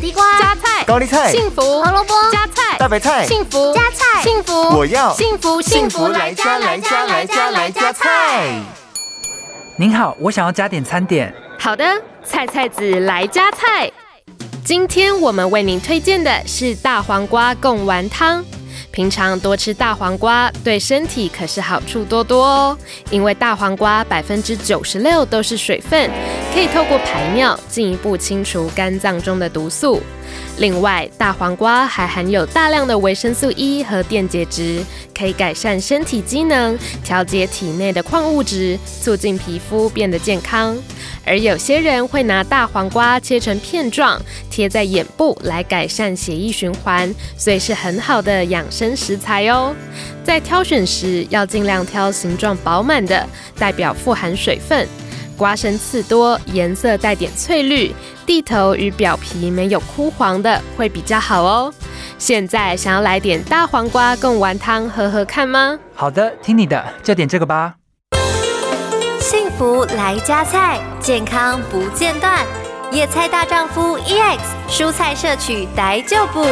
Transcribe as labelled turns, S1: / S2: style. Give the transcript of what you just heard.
S1: 地瓜、
S2: 加菜、
S3: 高丽菜、
S2: 幸福、
S1: 胡萝卜、
S2: 加菜、
S3: 大白菜、
S2: 幸福、
S1: 加菜
S2: 幸福，
S3: 我要
S2: 幸福
S3: 幸福来家来家来家来家菜。
S4: 您好，我想要加点餐点。
S2: 好的，菜菜子来加菜。今天我们为您推荐的是大黄瓜贡丸汤。平常多吃大黄瓜，对身体可是好处多多哦。因为大黄瓜百分之九十六都是水分，可以透过排尿进一步清除肝脏中的毒素。另外，大黄瓜还含有大量的维生素 E 和电解质，可以改善身体机能，调节体内的矿物质，促进皮肤变得健康。而有些人会拿大黄瓜切成片状，贴在眼部来改善血液循环，所以是很好的养生食材哦。在挑选时，要尽量挑形状饱满的，代表富含水分。瓜身刺多，颜色带点翠绿，地头与表皮没有枯黄的会比较好哦。现在想要来点大黄瓜贡丸汤喝喝看吗？
S4: 好的，听你的，就点这个吧。
S1: 幸福来加菜，健康 E 不间断。野菜大丈夫 EX 蔬菜摄取逮就补。